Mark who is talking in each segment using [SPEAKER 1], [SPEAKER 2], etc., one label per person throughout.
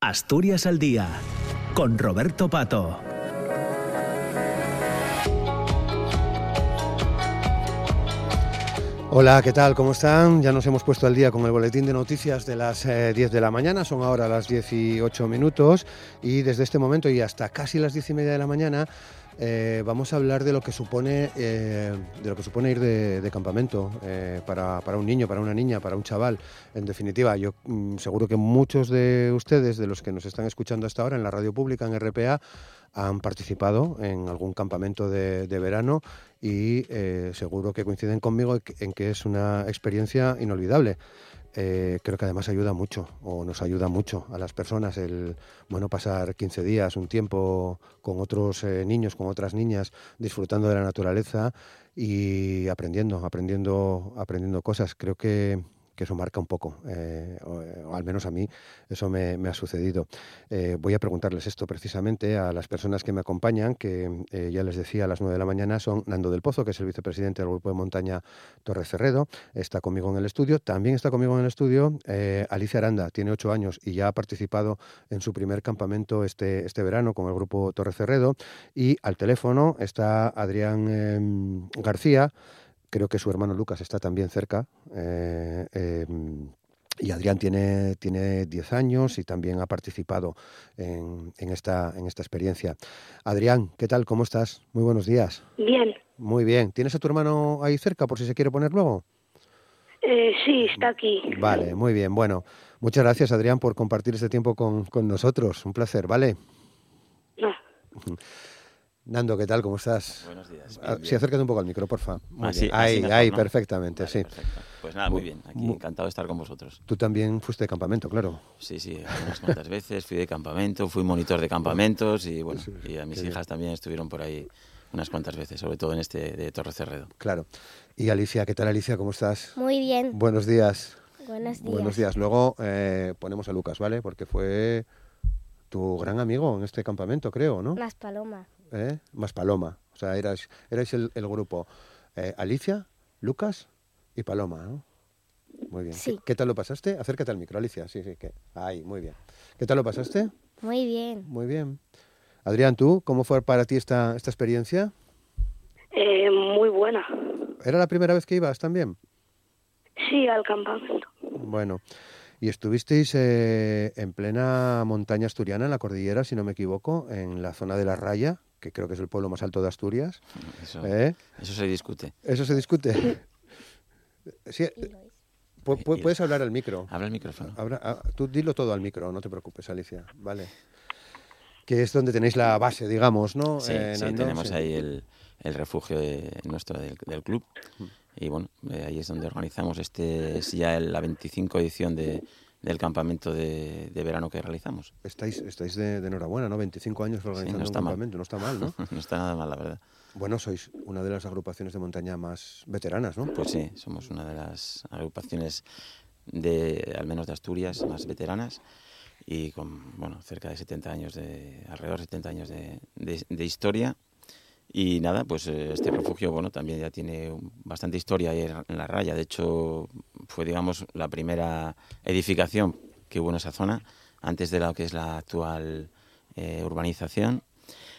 [SPEAKER 1] Asturias al Día, con Roberto Pato.
[SPEAKER 2] Hola, ¿qué tal? ¿Cómo están? Ya nos hemos puesto al día con el boletín de noticias de las eh, 10 de la mañana, son ahora las 18 minutos y desde este momento y hasta casi las 10 y media de la mañana eh, vamos a hablar de lo que supone, eh, de lo que supone ir de, de campamento eh, para, para, un niño, para una niña, para un chaval. En definitiva, yo mm, seguro que muchos de ustedes, de los que nos están escuchando hasta ahora en la radio pública, en RPA, han participado en algún campamento de, de verano y eh, seguro que coinciden conmigo en que es una experiencia inolvidable. Eh, creo que además ayuda mucho o nos ayuda mucho a las personas el bueno pasar 15 días, un tiempo con otros eh, niños, con otras niñas, disfrutando de la naturaleza y aprendiendo, aprendiendo, aprendiendo cosas. Creo que, que eso marca un poco, eh, o, o, al menos a mí eso me, me ha sucedido. Eh, voy a preguntarles esto precisamente a las personas que me acompañan, que eh, ya les decía a las 9 de la mañana son Nando del Pozo, que es el vicepresidente del Grupo de Montaña Torre Cerredo, está conmigo en el estudio. También está conmigo en el estudio eh, Alicia Aranda, tiene ocho años y ya ha participado en su primer campamento este, este verano con el grupo Torre Cerredo. Y al teléfono está Adrián eh, García, creo que su hermano Lucas está también cerca. Eh, y Adrián tiene, tiene 10 años y también ha participado en, en, esta, en esta experiencia. Adrián, ¿qué tal? ¿Cómo estás? Muy buenos días.
[SPEAKER 3] Bien.
[SPEAKER 2] Muy bien. ¿Tienes a tu hermano ahí cerca por si se quiere poner luego?
[SPEAKER 3] Eh, sí, está aquí.
[SPEAKER 2] Vale, muy bien. Bueno, muchas gracias Adrián por compartir este tiempo con, con nosotros. Un placer, ¿vale?
[SPEAKER 3] No.
[SPEAKER 2] Nando, ¿qué tal? ¿Cómo estás?
[SPEAKER 4] Buenos días.
[SPEAKER 2] Ah, sí, acércate un poco al micro, porfa.
[SPEAKER 4] Muy así, bien.
[SPEAKER 2] ahí,
[SPEAKER 4] así mejor,
[SPEAKER 2] ahí,
[SPEAKER 4] ¿no?
[SPEAKER 2] perfectamente,
[SPEAKER 4] Vale,
[SPEAKER 2] sí.
[SPEAKER 4] perfecto. Pues nada, muy bien. Aquí
[SPEAKER 2] Mu-
[SPEAKER 4] encantado de estar con vosotros.
[SPEAKER 2] Tú también fuiste de campamento, claro.
[SPEAKER 4] Sí, sí, unas cuantas veces fui de campamento, fui monitor de campamentos y bueno, y a mis
[SPEAKER 2] qué bien.
[SPEAKER 4] hijas también estuvieron por ahí unas cuantas veces, sobre todo en este de Torre Cerredo.
[SPEAKER 2] Claro. Y Alicia, ¿qué tal Alicia? ¿Cómo estás?
[SPEAKER 5] Muy bien.
[SPEAKER 2] Buenos días.
[SPEAKER 5] Buenos días.
[SPEAKER 2] Buenos días. Luego eh, ponemos a Lucas, ¿vale? Porque fue tu gran amigo en este campamento, creo, ¿no?
[SPEAKER 5] Más paloma.
[SPEAKER 2] ¿Eh? Más Paloma. O sea, erais, erais el, el grupo eh, Alicia, Lucas y Paloma, ¿no? Muy bien.
[SPEAKER 5] Sí.
[SPEAKER 2] ¿Qué, qué tal lo pasaste? Acércate al micro, Alicia. Sí, sí, que. Ahí, muy bien. ¿Qué tal lo pasaste?
[SPEAKER 5] Muy bien.
[SPEAKER 2] Muy bien. Adrián, ¿tú cómo fue para ti esta, esta experiencia?
[SPEAKER 3] Eh, muy buena.
[SPEAKER 2] ¿Era la primera vez que ibas también?
[SPEAKER 3] Sí, al campamento.
[SPEAKER 2] Bueno, y estuvisteis eh, en plena montaña asturiana, en la cordillera, si no me equivoco, en la zona de La Raya, que creo que es el pueblo más alto de Asturias.
[SPEAKER 4] Eso,
[SPEAKER 2] ¿Eh?
[SPEAKER 4] eso se discute.
[SPEAKER 2] Eso se discute. Sí, eh,
[SPEAKER 5] Y lo hice.
[SPEAKER 2] pu- pu- puedes hablar al micro.
[SPEAKER 4] Habla el micrófono.
[SPEAKER 2] Habla- ah, tú dilo todo al micro, no te preocupes, Alicia. Vale. Que es donde tenéis la base, digamos, ¿no?
[SPEAKER 4] Sí,
[SPEAKER 2] Eh,
[SPEAKER 4] sí,
[SPEAKER 2] Nando?
[SPEAKER 4] tenemos
[SPEAKER 2] Sí.
[SPEAKER 4] ahí el, el refugio de- nuestro del, del club. Y bueno, eh, ahí es donde organizamos este, es ya el- la 25 edición de- del campamento de, de verano que realizamos.
[SPEAKER 2] Estáis, estáis de, de enhorabuena, ¿no? 25 años organizando un
[SPEAKER 4] no está mal.
[SPEAKER 2] campamento, no está mal, ¿no?
[SPEAKER 4] No está nada mal, la verdad.
[SPEAKER 2] Bueno, sois una de las agrupaciones de montaña más veteranas, ¿no?
[SPEAKER 4] Pues sí, somos una de las agrupaciones de, al menos de Asturias, más veteranas y con, bueno, cerca de 70 años de, alrededor de 70 años de, de- de historia. Y nada, pues eh, este refugio, bueno, también ya tiene un- bastante historia ahí en en la raya. De hecho, fue, digamos, la primera edificación que hubo en esa zona, antes de lo que es la actual eh, urbanización.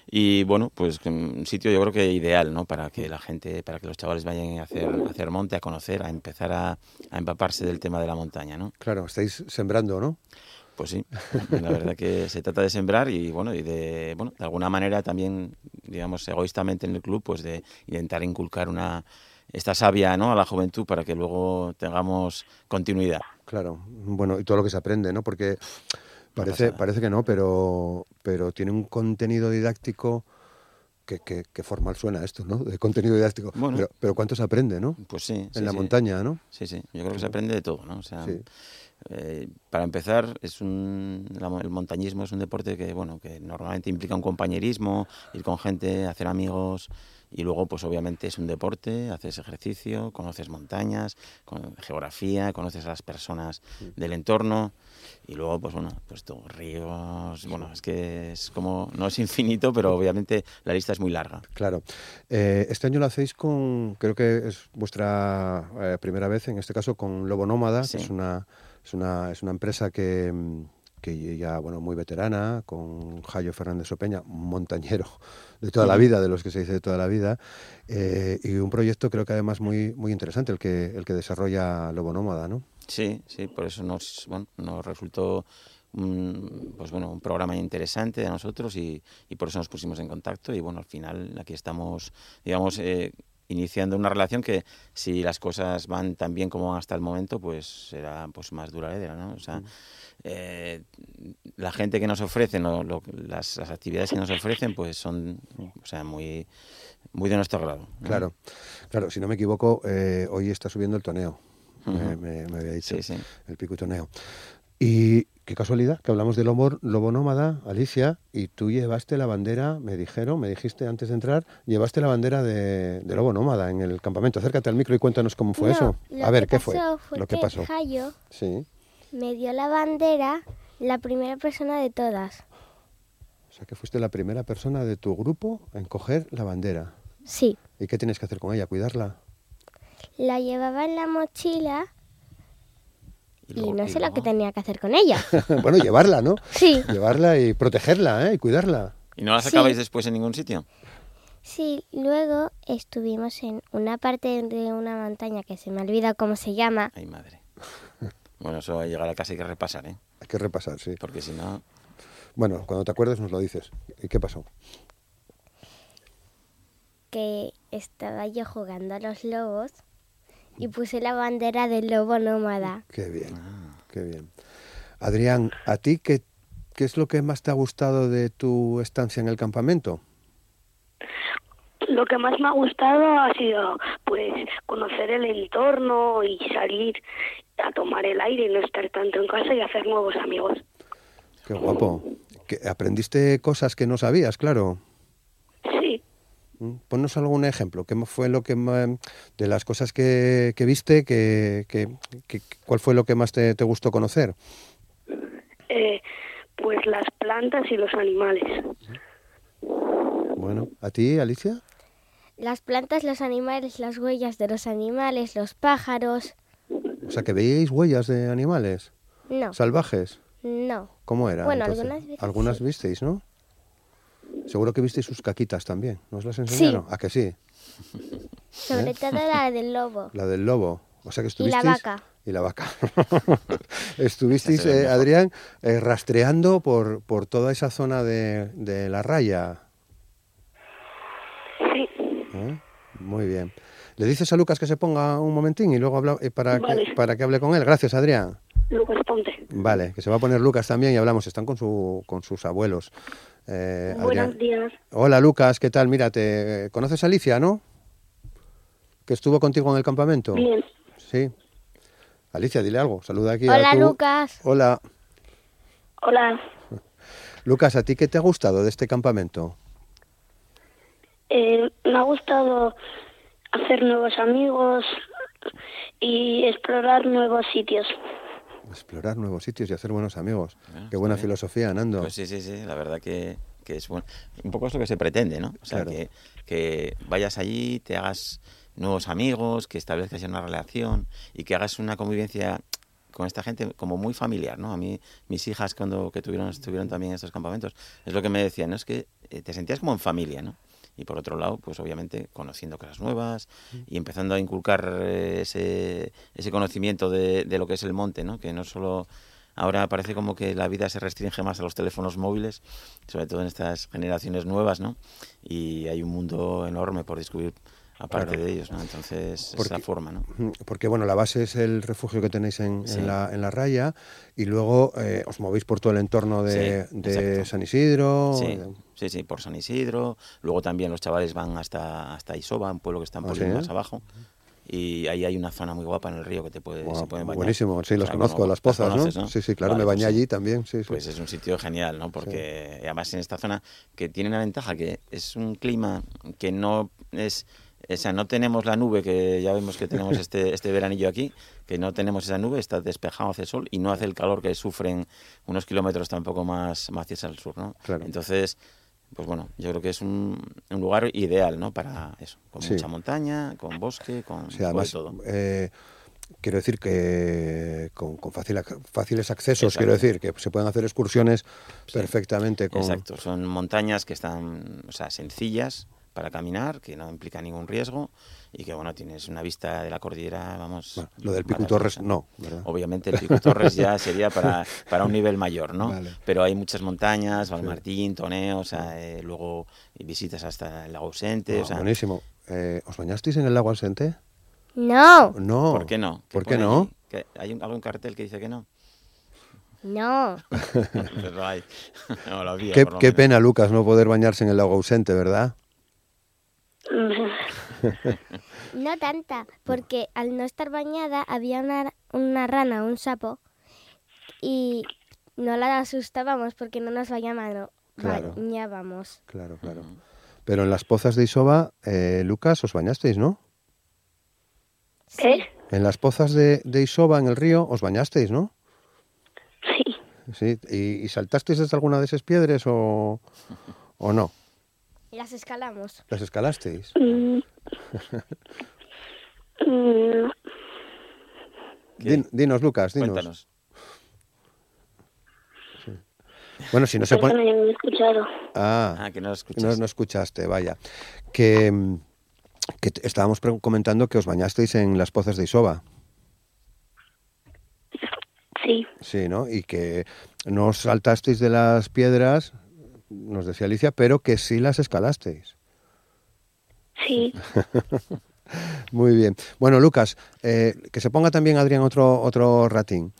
[SPEAKER 4] Y bueno, pues que un sitio yo creo que ideal, ¿no? Para que la gente, para que los chavales vayan a hacer, a hacer monte, a conocer, a empezar a, a empaparse del tema de la montaña, ¿no?
[SPEAKER 2] Claro, estáis sembrando, ¿no?
[SPEAKER 4] Pues sí, la verdad que se trata de sembrar y bueno, y de, bueno, de alguna manera también, digamos, egoístamente en el club, pues de intentar inculcar una esta savia, ¿no? A la juventud para que luego tengamos continuidad.
[SPEAKER 2] Claro. Bueno, y todo lo que se aprende, ¿no? Porque parece,
[SPEAKER 4] pasada.
[SPEAKER 2] parece que no, pero, pero tiene un contenido didáctico que, que- que formal suena esto, ¿no? De contenido didáctico.
[SPEAKER 4] Bueno.
[SPEAKER 2] Pero, pero ¿cuánto se aprende, no?
[SPEAKER 4] Pues sí. sí,
[SPEAKER 2] en la
[SPEAKER 4] sí.
[SPEAKER 2] montaña, ¿no?
[SPEAKER 4] Sí, sí, yo creo que se aprende de todo, ¿no? O sea,
[SPEAKER 2] Sí.
[SPEAKER 4] eh, para empezar, es un, la mo- el montañismo es un deporte que, bueno, que normalmente implica un compañerismo, ir con gente, hacer amigos, y luego, pues obviamente es un deporte, haces ejercicio, conoces montañas, con, geografía, conoces a las personas del entorno, y luego, pues bueno, pues todo, ríos, bueno, es que es como, no es infinito, pero obviamente la lista es muy larga.
[SPEAKER 2] Claro. Eh, este año lo hacéis con, creo que es vuestra eh, primera vez, en este caso con Lobo Nómada,
[SPEAKER 4] Sí.
[SPEAKER 2] que es una, es una, es una empresa que, mm, que ya, bueno, muy veterana, con Jayo Fernández Opeña, un montañero de toda la vida, de los que se dice de toda la vida, eh, y un proyecto creo que además muy, muy interesante, el que, el que desarrolla Lobo Nómada, ¿no?
[SPEAKER 4] Sí, sí, por eso nos, bueno, nos resultó un, pues bueno, un programa interesante a nosotros y, y, por eso nos pusimos en contacto y bueno, al final aquí estamos, digamos, eh, iniciando una relación que si las cosas van tan bien como hasta el momento, pues será pues más duradera, ¿no? O sea, eh, la gente que nos ofrecen, o lo, las, las, actividades que nos ofrecen, pues son, o sea, muy, muy de nuestro grado. ¿no?
[SPEAKER 2] Claro, claro, si no me equivoco, eh, hoy está subiendo el toneo. Uh -huh. me, me, había dicho sí, sí. el picutoneo. Y qué casualidad que hablamos del lobo, lobo, nómada, Alicia, y tú llevaste la bandera, me dijeron, me dijiste antes de entrar, llevaste la bandera de, de lobo nómada en el campamento. Acércate al micro y cuéntanos cómo fue
[SPEAKER 5] no,
[SPEAKER 2] eso.
[SPEAKER 5] Lo
[SPEAKER 2] A ver,
[SPEAKER 5] que
[SPEAKER 2] ¿qué fue?
[SPEAKER 5] Pasó fue
[SPEAKER 2] lo que,
[SPEAKER 5] que
[SPEAKER 2] pasó.
[SPEAKER 5] Jayo
[SPEAKER 2] sí.
[SPEAKER 5] me dio la bandera, la primera persona de todas.
[SPEAKER 2] O sea que fuiste la primera persona de tu grupo en coger la bandera.
[SPEAKER 5] Sí.
[SPEAKER 2] ¿Y qué tienes que hacer con ella? ¿Cuidarla?
[SPEAKER 5] La llevaba en la mochila y,
[SPEAKER 4] luego-
[SPEAKER 5] no
[SPEAKER 4] y
[SPEAKER 5] sé lo
[SPEAKER 4] luego-
[SPEAKER 5] que tenía que hacer con ella.
[SPEAKER 2] bueno, llevarla, ¿no?
[SPEAKER 5] Sí,
[SPEAKER 2] Llevarla y protegerla, ¿eh? Y cuidarla.
[SPEAKER 4] ¿Y no las
[SPEAKER 5] Sí.
[SPEAKER 4] acabáis después en ningún sitio?
[SPEAKER 5] sí. Luego estuvimos en una parte de una montaña que se me olvida cómo se llama.
[SPEAKER 4] Ay, madre. Bueno, eso a llegar a casa hay que repasar, ¿eh?
[SPEAKER 2] Hay que repasar, sí.
[SPEAKER 4] Porque si no...
[SPEAKER 2] Bueno, cuando te acuerdes nos lo dices. ¿Y qué pasó?
[SPEAKER 5] que estaba yo jugando a los lobos y puse la bandera del lobo nómada.
[SPEAKER 2] Qué bien, qué bien. Adrián, ¿a ti qué, qué es lo que más te ha gustado de tu estancia en el campamento?
[SPEAKER 3] Lo que más me ha gustado ha sido, pues, conocer el entorno y salir a tomar el aire y no estar tanto en casa y hacer nuevos amigos.
[SPEAKER 2] Qué guapo. Que aprendiste cosas que no sabías, claro.
[SPEAKER 3] Sí,
[SPEAKER 2] Mm, Ponnos algún ejemplo. ¿Qué fue lo que más, de las cosas que, que viste, que, que- que- cuál fue lo que más te, te gustó conocer?
[SPEAKER 3] eh, pues las plantas y los animales.
[SPEAKER 2] Bueno, ¿a ti, Alicia?
[SPEAKER 5] Las plantas, los animales, las huellas de los animales, los pájaros.
[SPEAKER 2] O sea, que veíais huellas de animales
[SPEAKER 5] No,
[SPEAKER 2] salvajes.
[SPEAKER 5] no.
[SPEAKER 2] ¿Cómo era?
[SPEAKER 5] Bueno,
[SPEAKER 2] entonces?
[SPEAKER 5] algunas veces
[SPEAKER 2] Algunas
[SPEAKER 5] sí.
[SPEAKER 2] visteis, ¿no? Seguro que visteis sus caquitas también. ¿Nos las
[SPEAKER 5] Sí.
[SPEAKER 2] enseñaron? ¿A que sí?
[SPEAKER 5] Sobre
[SPEAKER 2] ¿Eh?
[SPEAKER 5] todo la del lobo.
[SPEAKER 2] La del lobo. O sea que
[SPEAKER 5] Y la
[SPEAKER 2] estuvisteis...
[SPEAKER 5] vaca.
[SPEAKER 2] Y la vaca. estuvisteis,
[SPEAKER 4] Se ve
[SPEAKER 2] eh,
[SPEAKER 4] mejor.
[SPEAKER 2] Adrián, eh, rastreando por, por toda esa zona de, de la raya.
[SPEAKER 3] Sí,
[SPEAKER 2] ¿eh? Muy bien. ¿Le dices a Lucas que se ponga un momentín y luego habla, eh, para, que,
[SPEAKER 3] Vale.
[SPEAKER 2] para que hable con él? Gracias, Adrián.
[SPEAKER 3] Lucas Ponte.
[SPEAKER 2] Vale, que se va a poner Lucas también y hablamos. Están con, su, con sus abuelos. Eh,
[SPEAKER 3] Buenos
[SPEAKER 2] Adrián.
[SPEAKER 3] días.
[SPEAKER 2] Hola Lucas, ¿qué tal? Mira, te conoces a Alicia, ¿no? Que estuvo contigo en el campamento.
[SPEAKER 3] Bien.
[SPEAKER 2] Sí. Alicia, dile algo. Saluda aquí a
[SPEAKER 5] Hola
[SPEAKER 2] tu-
[SPEAKER 5] Lucas.
[SPEAKER 2] Hola.
[SPEAKER 3] Hola.
[SPEAKER 2] Lucas, ¿a ti qué te ha gustado de este campamento?
[SPEAKER 3] Eh, me ha gustado hacer nuevos amigos y explorar nuevos sitios.
[SPEAKER 2] Explorar nuevos sitios y hacer buenos amigos.
[SPEAKER 4] Ah,
[SPEAKER 2] qué buena
[SPEAKER 4] está bien.
[SPEAKER 2] filosofía, Nando.
[SPEAKER 4] Pues sí, sí, sí, la verdad que, que es bueno. Un poco es lo que se pretende, ¿no? O sea,
[SPEAKER 2] Claro.
[SPEAKER 4] que, que vayas allí, te hagas nuevos amigos, que establezcas ya una relación y que hagas una convivencia con esta gente como muy familiar, ¿no? A mí, mis hijas cuando que tuvieron, estuvieron también en estos campamentos, es lo que me decían, ¿no? Es que eh, te sentías como en familia, ¿no? Y por otro lado, pues obviamente conociendo cosas nuevas y empezando a inculcar eh, ese, ese conocimiento de, de lo que es el monte, ¿no? Que no solo ahora parece como que la vida se restringe más a los teléfonos móviles, sobre todo en estas generaciones nuevas, ¿no? Y hay un mundo enorme por descubrir aparte
[SPEAKER 2] Claro.
[SPEAKER 4] de ellos, ¿no? Entonces,
[SPEAKER 2] Porque-
[SPEAKER 4] esa forma, ¿no?
[SPEAKER 2] Porque bueno, la base es el refugio que tenéis en,
[SPEAKER 4] Sí.
[SPEAKER 2] en la, en la raya y luego eh, os movéis por todo el entorno de,
[SPEAKER 4] Sí,
[SPEAKER 2] de
[SPEAKER 4] exacto.
[SPEAKER 2] San Isidro.
[SPEAKER 4] Sí,
[SPEAKER 2] de-
[SPEAKER 4] sí, sí, por San Isidro. Luego también los chavales van hasta, hasta Isoba, un pueblo que está un
[SPEAKER 2] Ah,
[SPEAKER 4] poquito
[SPEAKER 2] ¿sí?
[SPEAKER 4] más abajo. Y ahí hay una zona muy guapa en el río que te puede,
[SPEAKER 2] Guau,
[SPEAKER 4] se pueden bañar.
[SPEAKER 2] buenísimo, sí, los
[SPEAKER 4] Claro,
[SPEAKER 2] conozco,
[SPEAKER 4] bueno,
[SPEAKER 2] las pozas,
[SPEAKER 4] conoces,
[SPEAKER 2] ¿no? Sí, sí, claro,
[SPEAKER 4] Vale,
[SPEAKER 2] me bañé
[SPEAKER 4] pues sí.
[SPEAKER 2] allí también, sí, sí.
[SPEAKER 4] Pues es un sitio genial, ¿no? Porque además en esta zona que tiene una ventaja, que es un clima que no es... O sea, no tenemos la nube que ya vemos que tenemos este, este veranillo aquí, que no tenemos esa nube, está despejado, hace sol y no hace el calor que sufren unos kilómetros tampoco más, más hacia el sur, ¿no?
[SPEAKER 2] Claro.
[SPEAKER 4] Entonces, pues bueno, yo creo que es un, un lugar ideal, ¿no? Para eso, con
[SPEAKER 2] Sí.
[SPEAKER 4] mucha montaña, con bosque, con
[SPEAKER 2] Sí,
[SPEAKER 4] con de
[SPEAKER 2] además,
[SPEAKER 4] todo.
[SPEAKER 2] eh, Quiero decir que con, con fácil ac- fáciles accesos,
[SPEAKER 4] Exacto.
[SPEAKER 2] quiero decir que se pueden hacer excursiones
[SPEAKER 4] Sí.
[SPEAKER 2] perfectamente eh, con...
[SPEAKER 4] Exacto, son montañas que están, o sea, sencillas para caminar, que no implica ningún riesgo y que, bueno, tienes una vista de la cordillera, vamos...
[SPEAKER 2] Bueno, lo del Pico
[SPEAKER 4] maravillosa.
[SPEAKER 2] Torres no, ¿verdad?
[SPEAKER 4] Obviamente el Pico Torres ya sería para, para un nivel mayor, ¿no?
[SPEAKER 2] Vale.
[SPEAKER 4] Pero hay muchas montañas, Valmartín, Toneo, o sea, eh, luego visitas hasta el lago ausente,
[SPEAKER 2] Ah,
[SPEAKER 4] o sea,
[SPEAKER 2] buenísimo. Eh, ¿Os bañasteis en el lago ausente?
[SPEAKER 5] No,
[SPEAKER 2] No.
[SPEAKER 4] ¿por qué no?
[SPEAKER 2] ¿Por qué
[SPEAKER 4] pone
[SPEAKER 2] no?
[SPEAKER 4] ahí? ¿Que ¿Hay un- algún cartel que dice que no?
[SPEAKER 5] no.
[SPEAKER 4] Pues lo hay. No, lo había,
[SPEAKER 2] Qué,
[SPEAKER 4] por lo
[SPEAKER 2] qué
[SPEAKER 4] menos.
[SPEAKER 2] pena, Lucas, no poder bañarse en el lago ausente, ¿verdad?
[SPEAKER 3] Mm,
[SPEAKER 5] No tanta, porque al no estar bañada había una, una rana, un sapo, y no la asustábamos porque no nos bañábamos.
[SPEAKER 2] Claro.
[SPEAKER 5] bañábamos.
[SPEAKER 2] Claro, claro. Pero en las pozas de Isoba, eh, Lucas, os bañasteis, ¿no?
[SPEAKER 3] ¿Eh?
[SPEAKER 2] En las pozas de, de Isoba, en el río, os bañasteis, ¿no?
[SPEAKER 3] Sí.
[SPEAKER 2] Sí. ¿Y, y saltasteis desde alguna de esas piedras o, o no?
[SPEAKER 5] Y las escalamos.
[SPEAKER 2] ¿Las escalasteis?
[SPEAKER 3] Mm. Mm,
[SPEAKER 4] ¿Qué?
[SPEAKER 2] Din- dinos, Lucas, dinos.
[SPEAKER 4] Cuéntanos.
[SPEAKER 2] Bueno, si no se
[SPEAKER 3] perdona,
[SPEAKER 2] pone...
[SPEAKER 3] ya me he escuchado.
[SPEAKER 2] Ah,
[SPEAKER 4] Ah, que no lo
[SPEAKER 2] no,
[SPEAKER 4] escuchas.
[SPEAKER 2] no escuchaste, vaya. Que, mm, que t- estábamos pre- comentando que os bañasteis en las pozas de Isoba.
[SPEAKER 3] Sí.
[SPEAKER 2] Sí, ¿no? Y que no os saltasteis de las piedras, nos decía Alicia, pero que sí las escalasteis.
[SPEAKER 3] Sí,
[SPEAKER 2] Muy bien. Bueno, Lucas, eh, que se ponga también Adrián otro, otro ratín.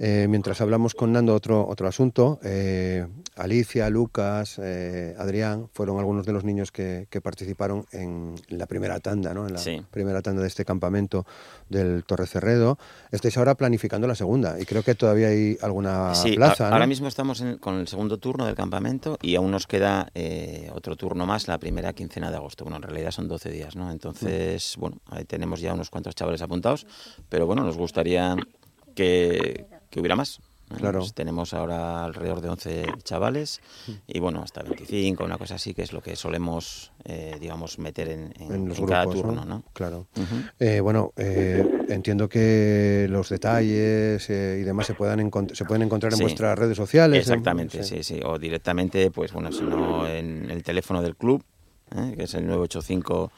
[SPEAKER 2] Eh, mientras hablamos con Nando otro, otro asunto, eh, Alicia, Lucas, eh, Adrián fueron algunos de los niños que, que participaron en la primera tanda, ¿no? En la
[SPEAKER 4] Sí.
[SPEAKER 2] primera tanda de este campamento del Torrecerredo. Estáis ahora planificando la segunda y creo que todavía hay alguna
[SPEAKER 4] Sí,
[SPEAKER 2] plaza,
[SPEAKER 4] a-
[SPEAKER 2] ¿no?
[SPEAKER 4] ahora mismo estamos en- con el segundo turno del campamento y aún nos queda eh, otro turno más la primera quincena de agosto. Bueno, en realidad son 12 días, ¿no?
[SPEAKER 2] Mm.
[SPEAKER 4] Entonces, bueno, ahí tenemos ya unos cuantos chavales apuntados, pero bueno, nos gustaría que, que hubiera más. ¿eh?
[SPEAKER 2] Claro. Mm.
[SPEAKER 4] Pues tenemos ahora alrededor de 11 chavales y bueno, hasta 25, una cosa así, que es lo que solemos, eh, digamos, meter en, en-
[SPEAKER 2] en los
[SPEAKER 4] en
[SPEAKER 2] grupos,
[SPEAKER 4] cada
[SPEAKER 2] ¿no?
[SPEAKER 4] turno, ¿no?
[SPEAKER 2] Claro.
[SPEAKER 4] Ujú.
[SPEAKER 2] Eh, bueno, eh, entiendo que los detalles eh, y demás se, puedan encont- se pueden encontrar en
[SPEAKER 4] Sí.
[SPEAKER 2] vuestras redes sociales. en-
[SPEAKER 4] Exactamente, sí, sí. O directamente, pues bueno, si no, en el teléfono del club, ¿eh? que es el 985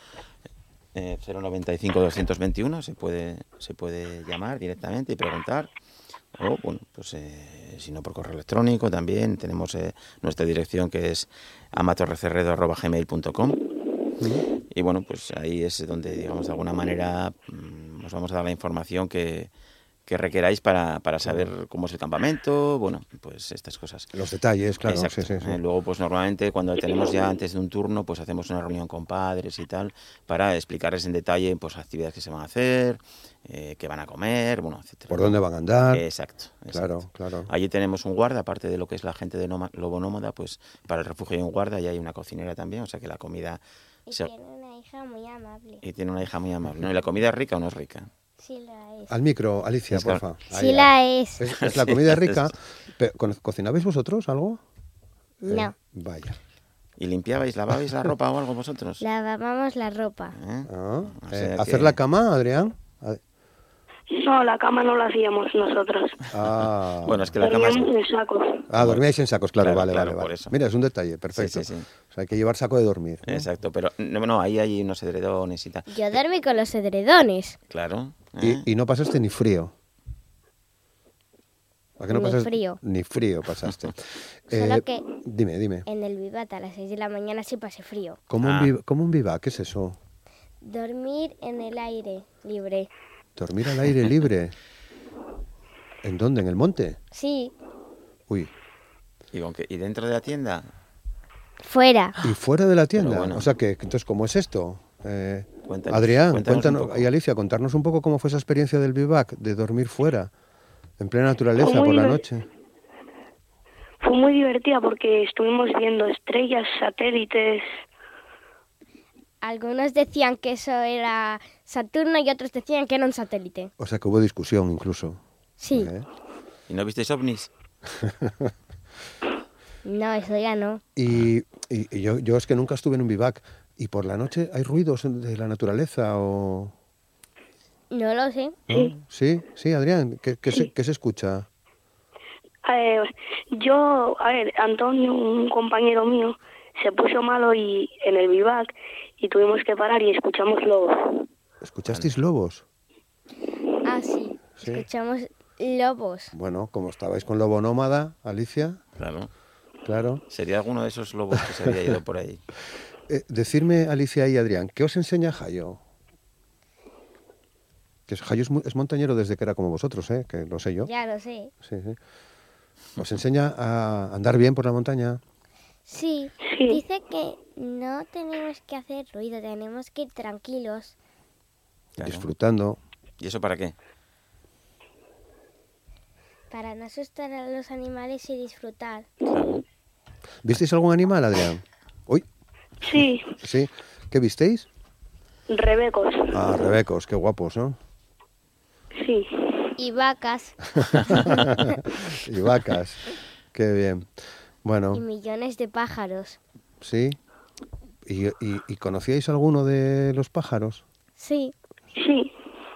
[SPEAKER 4] eh, 095 221, se puede, se puede llamar directamente y preguntar. O, bueno, pues eh, si no por correo electrónico también, tenemos eh, nuestra dirección que es amatorrecerredo.gmail.com. Y bueno, pues ahí es donde, digamos, de alguna manera mm, os vamos a dar la información que, que requeráis para, para saber cómo es el campamento, bueno, pues estas cosas.
[SPEAKER 2] Los detalles, claro.
[SPEAKER 4] Exacto.
[SPEAKER 2] sí, sí, sí.
[SPEAKER 4] Eh, luego, pues normalmente cuando tenemos ya antes de un turno, pues hacemos una reunión con padres y tal, para explicarles en detalle pues actividades que se van a hacer, eh, qué van a comer, bueno, etcétera.
[SPEAKER 2] Por dónde van a andar.
[SPEAKER 4] Exacto,
[SPEAKER 2] claro,
[SPEAKER 4] exacto.
[SPEAKER 2] claro.
[SPEAKER 4] Allí tenemos un guarda, aparte de lo que es la gente de Noma- Lobo Nómada, pues para el refugio hay un guarda y hay una cocinera también, o sea que la comida...
[SPEAKER 5] Y
[SPEAKER 4] se-
[SPEAKER 5] tiene una hija muy amable.
[SPEAKER 4] y tiene una hija muy amable. ¿no? ¿Y la comida es rica o no es rica?
[SPEAKER 5] Sí la es.
[SPEAKER 2] Al micro, Alicia,
[SPEAKER 4] Es que-
[SPEAKER 2] porfa.
[SPEAKER 5] Sí
[SPEAKER 2] Ah, Ahí,
[SPEAKER 5] la
[SPEAKER 2] ahí.
[SPEAKER 5] es.
[SPEAKER 2] Es, es la comida rica. Pero, ¿co- ¿Cocinabais vosotros algo? Eh,
[SPEAKER 5] No.
[SPEAKER 2] vaya.
[SPEAKER 4] ¿Y limpiabais, lavabais la ropa o algo vosotros?
[SPEAKER 5] Lavábamos la ropa.
[SPEAKER 4] ¿Eh?
[SPEAKER 2] Ah,
[SPEAKER 4] O
[SPEAKER 2] eh,
[SPEAKER 4] sea
[SPEAKER 2] ¿Hacer
[SPEAKER 4] que-
[SPEAKER 2] la cama, Adrián? Ah,
[SPEAKER 3] no, la cama no la hacíamos nosotros.
[SPEAKER 2] Ah,
[SPEAKER 4] Bueno, es que la cama es...
[SPEAKER 3] Dormíamos en sacos.
[SPEAKER 2] Ah, dormíais en sacos, claro,
[SPEAKER 4] Claro,
[SPEAKER 2] vale,
[SPEAKER 4] claro,
[SPEAKER 2] vale,
[SPEAKER 4] por
[SPEAKER 2] vale.
[SPEAKER 4] eso.
[SPEAKER 2] Mira, es un detalle, perfecto.
[SPEAKER 4] sí, sí.
[SPEAKER 2] O sea, hay que llevar saco de dormir. ¿no?
[SPEAKER 4] Exacto, pero no, no, ahí hay unos edredones y tal.
[SPEAKER 5] Yo dormí con los edredones.
[SPEAKER 4] Claro. ¿eh?
[SPEAKER 2] Y, y no pasaste ni frío. ¿A que
[SPEAKER 5] Ni
[SPEAKER 2] pasas-
[SPEAKER 5] frío.
[SPEAKER 2] Ni frío pasaste. Eh,
[SPEAKER 5] Solo que- Eh.
[SPEAKER 2] Dime, dime.
[SPEAKER 5] En el vivat a las 6 de la mañana sí pasé frío.
[SPEAKER 2] ¿Cómo,
[SPEAKER 4] Ah.
[SPEAKER 2] un viva, ¿Cómo un vivac? ¿Qué es eso?
[SPEAKER 5] Dormir en el aire libre.
[SPEAKER 2] Dormir al aire libre. ¿En dónde? ¿En el monte?
[SPEAKER 5] Sí,
[SPEAKER 2] Uy.
[SPEAKER 4] Y con que- y dentro de la tienda,
[SPEAKER 5] fuera.
[SPEAKER 2] ¿Y fuera de la tienda?
[SPEAKER 4] Ah, Pero bueno.
[SPEAKER 2] O sea, que entonces, ¿cómo es esto? Eh,
[SPEAKER 4] Cuéntanos,
[SPEAKER 2] Adrián,
[SPEAKER 4] cuéntanos un
[SPEAKER 2] cuéntanos,
[SPEAKER 4] poco.
[SPEAKER 2] y Alicia, contarnos un poco cómo fue esa experiencia del vivac, de dormir fuera, en plena naturaleza,
[SPEAKER 3] Muy
[SPEAKER 2] por la
[SPEAKER 3] bien.
[SPEAKER 2] noche.
[SPEAKER 3] Fue muy divertida porque estuvimos viendo estrellas, satélites.
[SPEAKER 5] Algunos decían que eso era Saturno y otros decían que era un satélite.
[SPEAKER 2] O sea, que hubo discusión incluso.
[SPEAKER 5] Sí.
[SPEAKER 2] ¿eh?
[SPEAKER 4] ¿y no visteis ovnis?
[SPEAKER 5] No, eso ya no.
[SPEAKER 2] Y, y- y yo, yo es que nunca estuve en un vivac. ¿Y por la noche hay ruidos de la naturaleza o...?
[SPEAKER 5] No lo sé.
[SPEAKER 3] Sí.
[SPEAKER 2] Sí, sí, Adrián, ¿qué, qué Se,
[SPEAKER 3] Sí.
[SPEAKER 2] qué se escucha?
[SPEAKER 3] Eh, yo, a ver, Antonio, un compañero mío, se puso malo y en el vivac y tuvimos que parar y escuchamos los...
[SPEAKER 2] ¿Escuchasteis lobos?
[SPEAKER 5] Ah, sí.
[SPEAKER 2] Sí.
[SPEAKER 5] Escuchamos lobos.
[SPEAKER 2] Bueno, como estabais con Lobo Nómada, Alicia,
[SPEAKER 4] Claro.
[SPEAKER 2] claro.
[SPEAKER 4] Sería alguno de esos lobos que se había ido por ahí.
[SPEAKER 2] Eh, decirme, Alicia y Adrián, ¿qué os enseña Jayo? Que es- Jayo es, mu- es montañero desde que era como vosotros, ¿eh? que lo sé yo.
[SPEAKER 5] Ya lo sé.
[SPEAKER 2] Sí, sí. ¿Os enseña a andar bien por la montaña?
[SPEAKER 5] Sí.
[SPEAKER 3] Sí.
[SPEAKER 5] Dice que no tenemos que hacer ruido, tenemos que ir tranquilos.
[SPEAKER 4] Claro.
[SPEAKER 2] Disfrutando.
[SPEAKER 4] ¿Y eso para qué?
[SPEAKER 5] Para no asustar a los animales y disfrutar.
[SPEAKER 4] Claro.
[SPEAKER 2] ¿Visteis algún animal, Adrián? Uy,
[SPEAKER 3] Sí,
[SPEAKER 2] sí. ¿Qué visteis?
[SPEAKER 3] rebecos.
[SPEAKER 2] Ah, rebecos, qué guapos, ¿no?
[SPEAKER 3] Sí.
[SPEAKER 5] Y vacas
[SPEAKER 2] y vacas. Qué bien.
[SPEAKER 5] y
[SPEAKER 2] Bueno,
[SPEAKER 5] millones de pájaros.
[SPEAKER 2] sí. ¿Y, y- y conocíais alguno de los pájaros?
[SPEAKER 5] Sí.
[SPEAKER 3] Sí,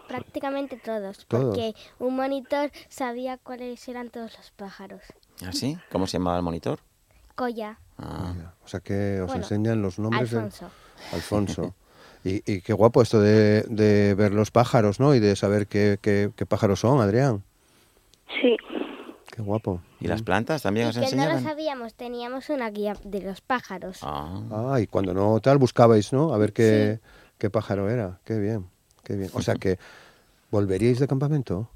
[SPEAKER 5] Prácticamente todos,
[SPEAKER 2] Todos.
[SPEAKER 5] porque un monitor sabía cuáles eran todos los pájaros.
[SPEAKER 4] ¿Así? ¿Ah, ¿Cómo se llamaba el monitor?
[SPEAKER 5] Colla,
[SPEAKER 4] Ah,
[SPEAKER 2] Mira, O sea que os
[SPEAKER 5] Bueno,
[SPEAKER 2] enseñan los nombres
[SPEAKER 5] Alfonso.
[SPEAKER 2] de Alfonso. Y, y qué guapo esto de, de ver los pájaros, ¿no? Y de saber qué, qué- qué pájaros son, Adrián.
[SPEAKER 3] sí.
[SPEAKER 2] Qué guapo.
[SPEAKER 4] ¿Y las plantas también
[SPEAKER 5] Y
[SPEAKER 4] os
[SPEAKER 5] que no lo
[SPEAKER 4] enseñaban?
[SPEAKER 5] sabíamos, teníamos una guía de los pájaros.
[SPEAKER 4] Ah,
[SPEAKER 2] Ah, y cuando no tal buscabais, ¿no? A ver qué, qué pájaro era. Qué bien, qué bien. O sea que volveríais de campamento,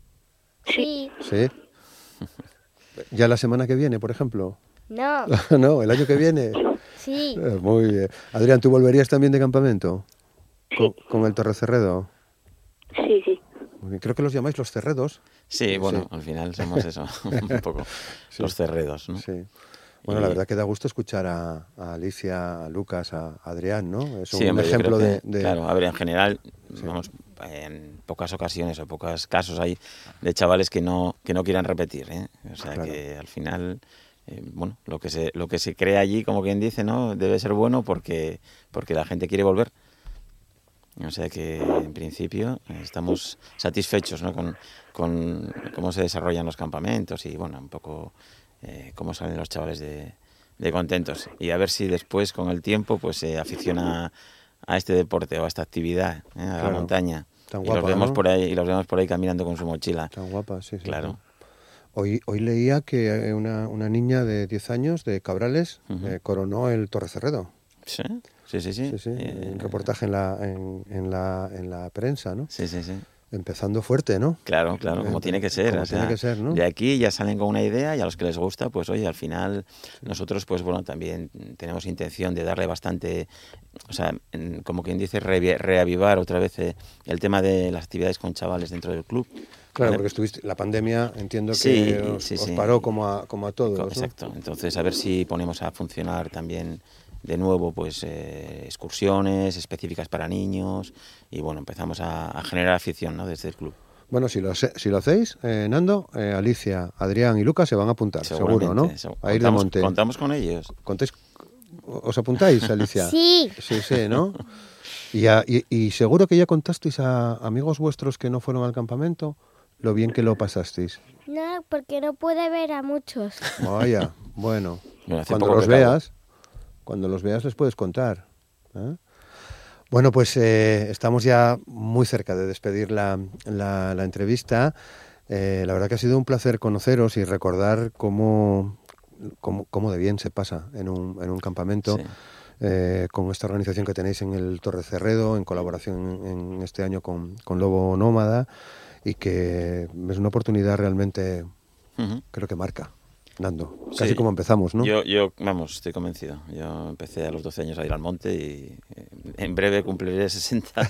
[SPEAKER 5] Sí,
[SPEAKER 2] ¿sí? Ya la semana que viene, por ejemplo.
[SPEAKER 5] no,
[SPEAKER 2] no, el año que viene.
[SPEAKER 5] sí,
[SPEAKER 2] Eh, Muy bien. Adrián, ¿tú volverías también de campamento? Con, con el Torrecerredo.
[SPEAKER 3] Sí, sí.
[SPEAKER 2] Muy bien. Creo que los llamáis los cerredos.
[SPEAKER 4] sí, bueno,
[SPEAKER 2] Sí.
[SPEAKER 4] al final somos eso, un poco los cerredos, ¿no?
[SPEAKER 2] Sí. Bueno, la
[SPEAKER 4] Y-
[SPEAKER 2] verdad que da gusto escuchar a, a Alicia, a Lucas, a Adrián, ¿no? Es un
[SPEAKER 4] Sí, hombre, yo
[SPEAKER 2] ejemplo
[SPEAKER 4] creo
[SPEAKER 2] de,
[SPEAKER 4] que,
[SPEAKER 2] de-
[SPEAKER 4] Claro, a ver, en general, vamos, en pocas ocasiones o pocos casos hay de chavales que no, que no quieran repetir, ¿eh? O sea,
[SPEAKER 2] Claro.
[SPEAKER 4] que al final, eh, bueno, lo que, se, lo que se crea allí, como quien dice, ¿no? Debe ser bueno porque, porque la gente quiere volver. O sea que, en principio, eh, estamos satisfechos, ¿no? Con, con cómo se desarrollan los campamentos y, bueno, un poco eh, cómo salen los chavales de, de contentos. Y a ver si después, con el tiempo, pues se aficiona a este deporte o a esta actividad, ¿eh? a
[SPEAKER 2] Claro.
[SPEAKER 4] la montaña.
[SPEAKER 2] Tan
[SPEAKER 4] y
[SPEAKER 2] guapa,
[SPEAKER 4] los vemos
[SPEAKER 2] ¿no?
[SPEAKER 4] por ahí y los vemos por ahí caminando con su mochila.
[SPEAKER 2] Tan guapa, sí, sí, sí.
[SPEAKER 4] Claro.
[SPEAKER 2] Hoy, hoy leía que eh, una, una niña de 10 años de Cabrales
[SPEAKER 4] Ujú.
[SPEAKER 2] eh, coronó el Torrecerredo.
[SPEAKER 4] Sí, sí, sí. Sí,
[SPEAKER 2] Sí, sí.
[SPEAKER 4] Eh,
[SPEAKER 2] un reportaje en la, en, en la, en la prensa, ¿no?
[SPEAKER 4] Sí, sí, sí.
[SPEAKER 2] Empezando fuerte, ¿no?
[SPEAKER 4] Claro, claro, como
[SPEAKER 2] Eh,
[SPEAKER 4] tiene que ser.
[SPEAKER 2] como
[SPEAKER 4] o sea,
[SPEAKER 2] tiene que ser, ¿no?
[SPEAKER 4] De aquí ya salen con una idea y a los que les gusta, pues oye, al final nosotros, pues bueno, también tenemos intención de darle bastante, o sea, en- como quien dice, revi- reavivar otra vez eh, el tema de las actividades con chavales dentro del club.
[SPEAKER 2] Claro,
[SPEAKER 4] ¿vale?
[SPEAKER 2] porque estuviste, la pandemia entiendo que
[SPEAKER 4] Sí,
[SPEAKER 2] os,
[SPEAKER 4] sí,
[SPEAKER 2] os
[SPEAKER 4] sí.
[SPEAKER 2] paró como a, como a todos.
[SPEAKER 4] Co-
[SPEAKER 2] ¿no?
[SPEAKER 4] Exacto. Entonces, a ver si ponemos a funcionar también de nuevo pues eh, excursiones específicas para niños y bueno, empezamos a, a generar afición ¿no? desde el club.
[SPEAKER 2] Bueno, si lo, hace- si lo hacéis, eh, Nando, eh, Alicia, Adrián y Lucas se van a apuntar, seguro, ¿no?
[SPEAKER 4] Seguramente, segu-
[SPEAKER 2] A ir de
[SPEAKER 4] contamos-
[SPEAKER 2] monte.
[SPEAKER 4] Contamos con ellos.
[SPEAKER 2] ¿Contáis- ¿Os apuntáis, Alicia?
[SPEAKER 5] sí,
[SPEAKER 2] Sí, sí, ¿no? Y, a- y- y seguro que ya contasteis a amigos vuestros que no fueron al campamento lo bien que lo pasasteis.
[SPEAKER 5] no, porque no pude ver a muchos.
[SPEAKER 2] Vaya, bueno.
[SPEAKER 4] Mira, hace
[SPEAKER 2] cuando
[SPEAKER 4] poco
[SPEAKER 2] los
[SPEAKER 4] que acabo.
[SPEAKER 2] veas, cuando los veas les puedes contar. ¿eh? Bueno, pues eh, estamos ya muy cerca de despedir la, la- la entrevista. Eh, la verdad que ha sido un placer conoceros y recordar cómo, cómo, cómo de bien se pasa en un, en un campamento.
[SPEAKER 4] Sí.
[SPEAKER 2] eh, con esta organización que tenéis en el Torre Cerredo, en colaboración en, en este año con, con Lobo Nómada, y que es una oportunidad realmente,
[SPEAKER 4] Ujú.
[SPEAKER 2] creo que marca, Nando. Casi
[SPEAKER 4] Sí.
[SPEAKER 2] como empezamos, ¿no?
[SPEAKER 4] Yo, yo, vamos, estoy convencido. Yo empecé a los 12 años a ir al monte y eh, en breve cumpliré 60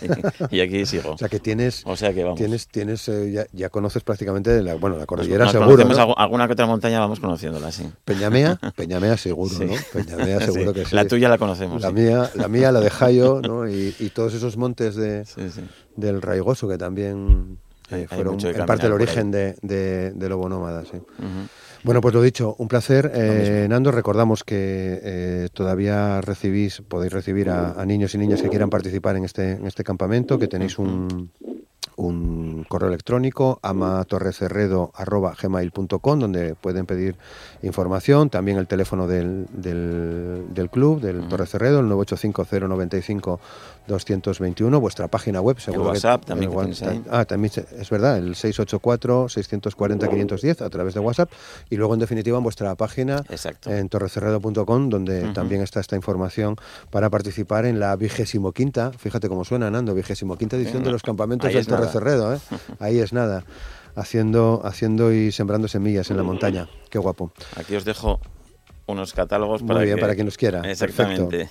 [SPEAKER 4] y, y aquí sigo.
[SPEAKER 2] O sea que tienes,
[SPEAKER 4] O sea que vamos.
[SPEAKER 2] tienes, tienes, eh, ya, ya conoces prácticamente la, bueno, la cordillera
[SPEAKER 4] Nos
[SPEAKER 2] seguro,
[SPEAKER 4] conocemos
[SPEAKER 2] ¿no?
[SPEAKER 4] algu- alguna que otra montaña, vamos conociéndola, sí.
[SPEAKER 2] Peñamea, Peñamea seguro,
[SPEAKER 4] Sí.
[SPEAKER 2] ¿no? Peñamea seguro
[SPEAKER 4] Sí.
[SPEAKER 2] que sí.
[SPEAKER 4] La tuya la conocemos.
[SPEAKER 2] La
[SPEAKER 4] sí.
[SPEAKER 2] mía, la mía, la de Jayo, ¿no? Y, y todos esos montes de,
[SPEAKER 4] Sí, sí.
[SPEAKER 2] del Raigoso que también eh,
[SPEAKER 4] Hay- hay
[SPEAKER 2] fueron
[SPEAKER 4] mucho que
[SPEAKER 2] en parte el
[SPEAKER 4] caminar por
[SPEAKER 2] origen de, de, de Lobo Nómada, sí.
[SPEAKER 4] Ujú.
[SPEAKER 2] Bueno, pues lo dicho, un placer. Eh, Nando, recordamos que eh, todavía recibís, podéis recibir a, a niños y niñas que quieran participar en este, en este campamento, que tenéis un, un un correo electrónico amatorrecerredo.gmail.com donde pueden pedir información, también el teléfono del, del, del club, del Torrecerredo, el 985-095-221, vuestra página web, seguro que-
[SPEAKER 4] WhatsApp también
[SPEAKER 2] el
[SPEAKER 4] que
[SPEAKER 2] wa-
[SPEAKER 4] tienes ahí.
[SPEAKER 2] Ah, también se- es verdad, el 684-640-510 a través de WhatsApp y luego en definitiva en vuestra página
[SPEAKER 4] Exacto.
[SPEAKER 2] en torrecerredo.com, donde
[SPEAKER 4] Ujú.
[SPEAKER 2] también está esta información para participar en la vigésimo quinta, fíjate cómo suena, Nando, vigésimo quinta edición
[SPEAKER 4] Sí,
[SPEAKER 2] de los campamentos
[SPEAKER 4] ahí
[SPEAKER 2] del
[SPEAKER 4] es nada.
[SPEAKER 2] Torrecerredo, ¿eh? ahí es nada, haciendo, haciendo y sembrando semillas en la montaña, qué guapo.
[SPEAKER 4] Aquí os dejo unos catálogos
[SPEAKER 2] Muy
[SPEAKER 4] para
[SPEAKER 2] bien,
[SPEAKER 4] que-
[SPEAKER 2] para quien los quiera,
[SPEAKER 4] Exactamente.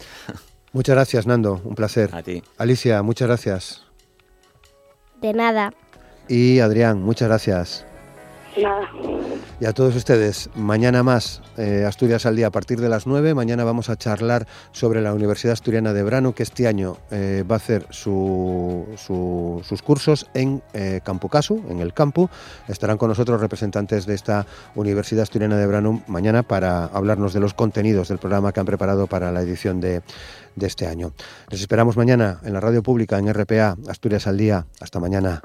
[SPEAKER 2] Muchas gracias, Nando, un placer.
[SPEAKER 4] A ti.
[SPEAKER 2] Alicia, muchas gracias.
[SPEAKER 5] De nada.
[SPEAKER 2] Y Adrián, muchas gracias.
[SPEAKER 3] Nada.
[SPEAKER 2] Y a todos ustedes, mañana más eh, Asturias al Día a partir de las 9. Mañana vamos a charlar sobre la Universidad Asturiana de Brano, que este año eh, va a hacer su- su- sus cursos en eh, Campucasu, en el campu. Estarán con nosotros representantes de esta Universidad Asturiana de Brano mañana para hablarnos de los contenidos del programa que han preparado para la edición de, de este año. Les esperamos mañana en la radio pública, en RPA, Asturias al Día. Hasta mañana.